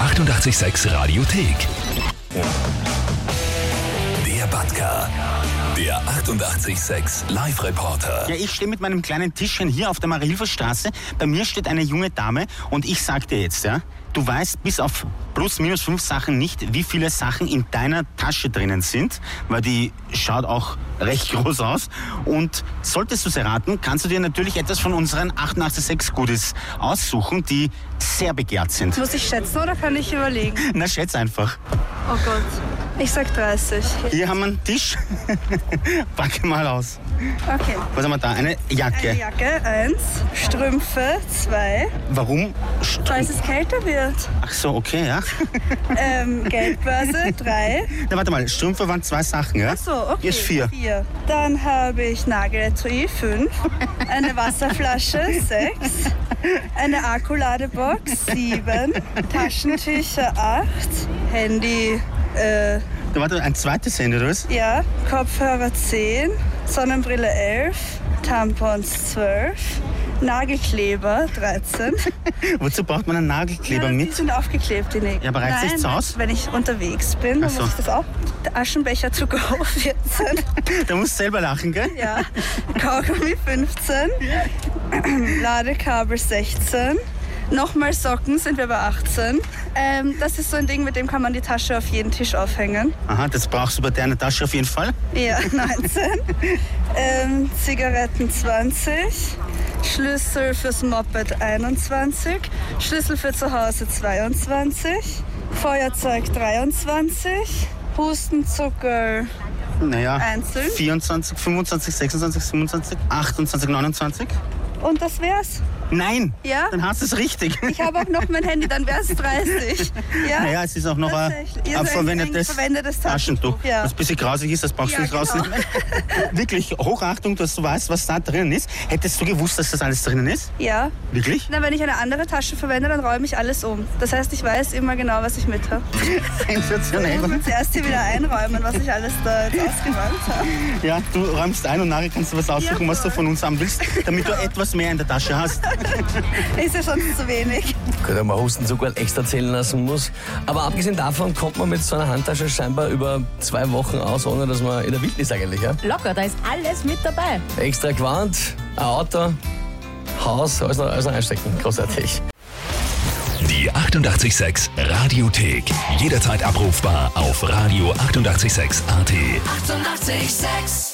886 Radiothek. Der Batka. Der 886 Live-Reporter. Ja, ich stehe mit meinem kleinen Tischchen hier auf der Marie-Hilfer-Straße. Bei mir steht eine junge Dame und ich sag dir jetzt, ja, du weißt bis auf plus minus fünf Sachen nicht, wie viele Sachen in deiner Tasche drinnen sind, weil die schaut auch recht groß aus. Und solltest du es erraten, kannst du dir natürlich etwas von unseren 886 Goodies aussuchen, die sehr begehrt sind. Muss ich schätzen oder kann ich überlegen? Na, schätz einfach. Oh Gott. Ich sag 30. Hier haben wir einen Tisch. Packe mal aus. Okay. Was haben wir da? Eine Jacke. Eine Jacke, eins. Strümpfe, zwei. Warum? St- Falls es kälter wird. Ach so, okay, ja. Ähm, Geldbörse, drei. Na, warte mal, Strümpfe waren zwei Sachen, ja? Ach so, okay. Ist vier. vier. Dann habe ich Nageletui, fünf. Eine Wasserflasche, sechs. Eine Akkuladebox, sieben. Taschentücher, acht. Handy, äh, Da warte, ein zweites Handy, oder was? ja. Kopfhörer, zehn. Sonnenbrille, elf. Tampons, zwölf. Nagelkleber, 13. Wozu braucht man einen Nagelkleber Nein, Die mit? sind aufgeklebt, die Nägel. Ja, aber reißt Nein, sich's aus? Wenn ich unterwegs bin, Ach dann so. muss ich das auch. Der Aschenbecher zu go 14. Da musst du selber lachen, gell? ja. Kaugummi 15. Ladekabel 16. Nochmal Socken sind wir bei 18. Ähm, das ist so ein Ding, mit dem kann man die Tasche auf jeden Tisch aufhängen. Aha, das brauchst du bei deiner Tasche auf jeden Fall. Ja, 19. ähm, Zigaretten 20. Schlüssel fürs Moped 21. Schlüssel für zu Hause 22. Feuerzeug 23. Hustenzucker. Naja, Einzeln? 24, 25, 26, 27, 28, 29. Und das wär's. Nein! Ja? Dann hast du es richtig. Ich habe auch noch mein Handy, dann wär's 30. Ja? Naja, es ist auch noch ein, Tatsächlich. Ihr ein seid verwendetes, ein verwendetes Taschentuch. Taschentuch, ja. Was ein bisschen grausig ist, das brauchst Ja, du nicht genau. rausnehmen. Wirklich, Hochachtung, dass du weißt, was da drinnen ist. Hättest du gewusst, dass das alles drinnen ist? ja. Wirklich? Na, wenn ich eine andere Tasche verwende, dann räume ich alles um. Das heißt, ich weiß immer genau, was ich mit habe. Ich muss Sensationell. jetzt erst hier wieder einräumen, was ich alles da jetzt ausgeräumt habe. Ja, du räumst ein und nachher kannst du was aussuchen, was du von uns haben willst, damit du etwas mehr in der Tasche hast. Ist ja schon zu wenig. Gut, wenn man Hustenzucker extra zählen lassen muss. Aber abgesehen davon kommt man mit so einer Handtasche scheinbar über zwei Wochen aus, ohne dass man in der Wildnis eigentlich, ja? Locker, da ist alles mit dabei. Extra gewarnt, ein Auto, Haus, alles noch, alles noch einstecken. Großartig. Die 886 Radiothek. Jederzeit abrufbar auf radio886.at. 886! 886. 886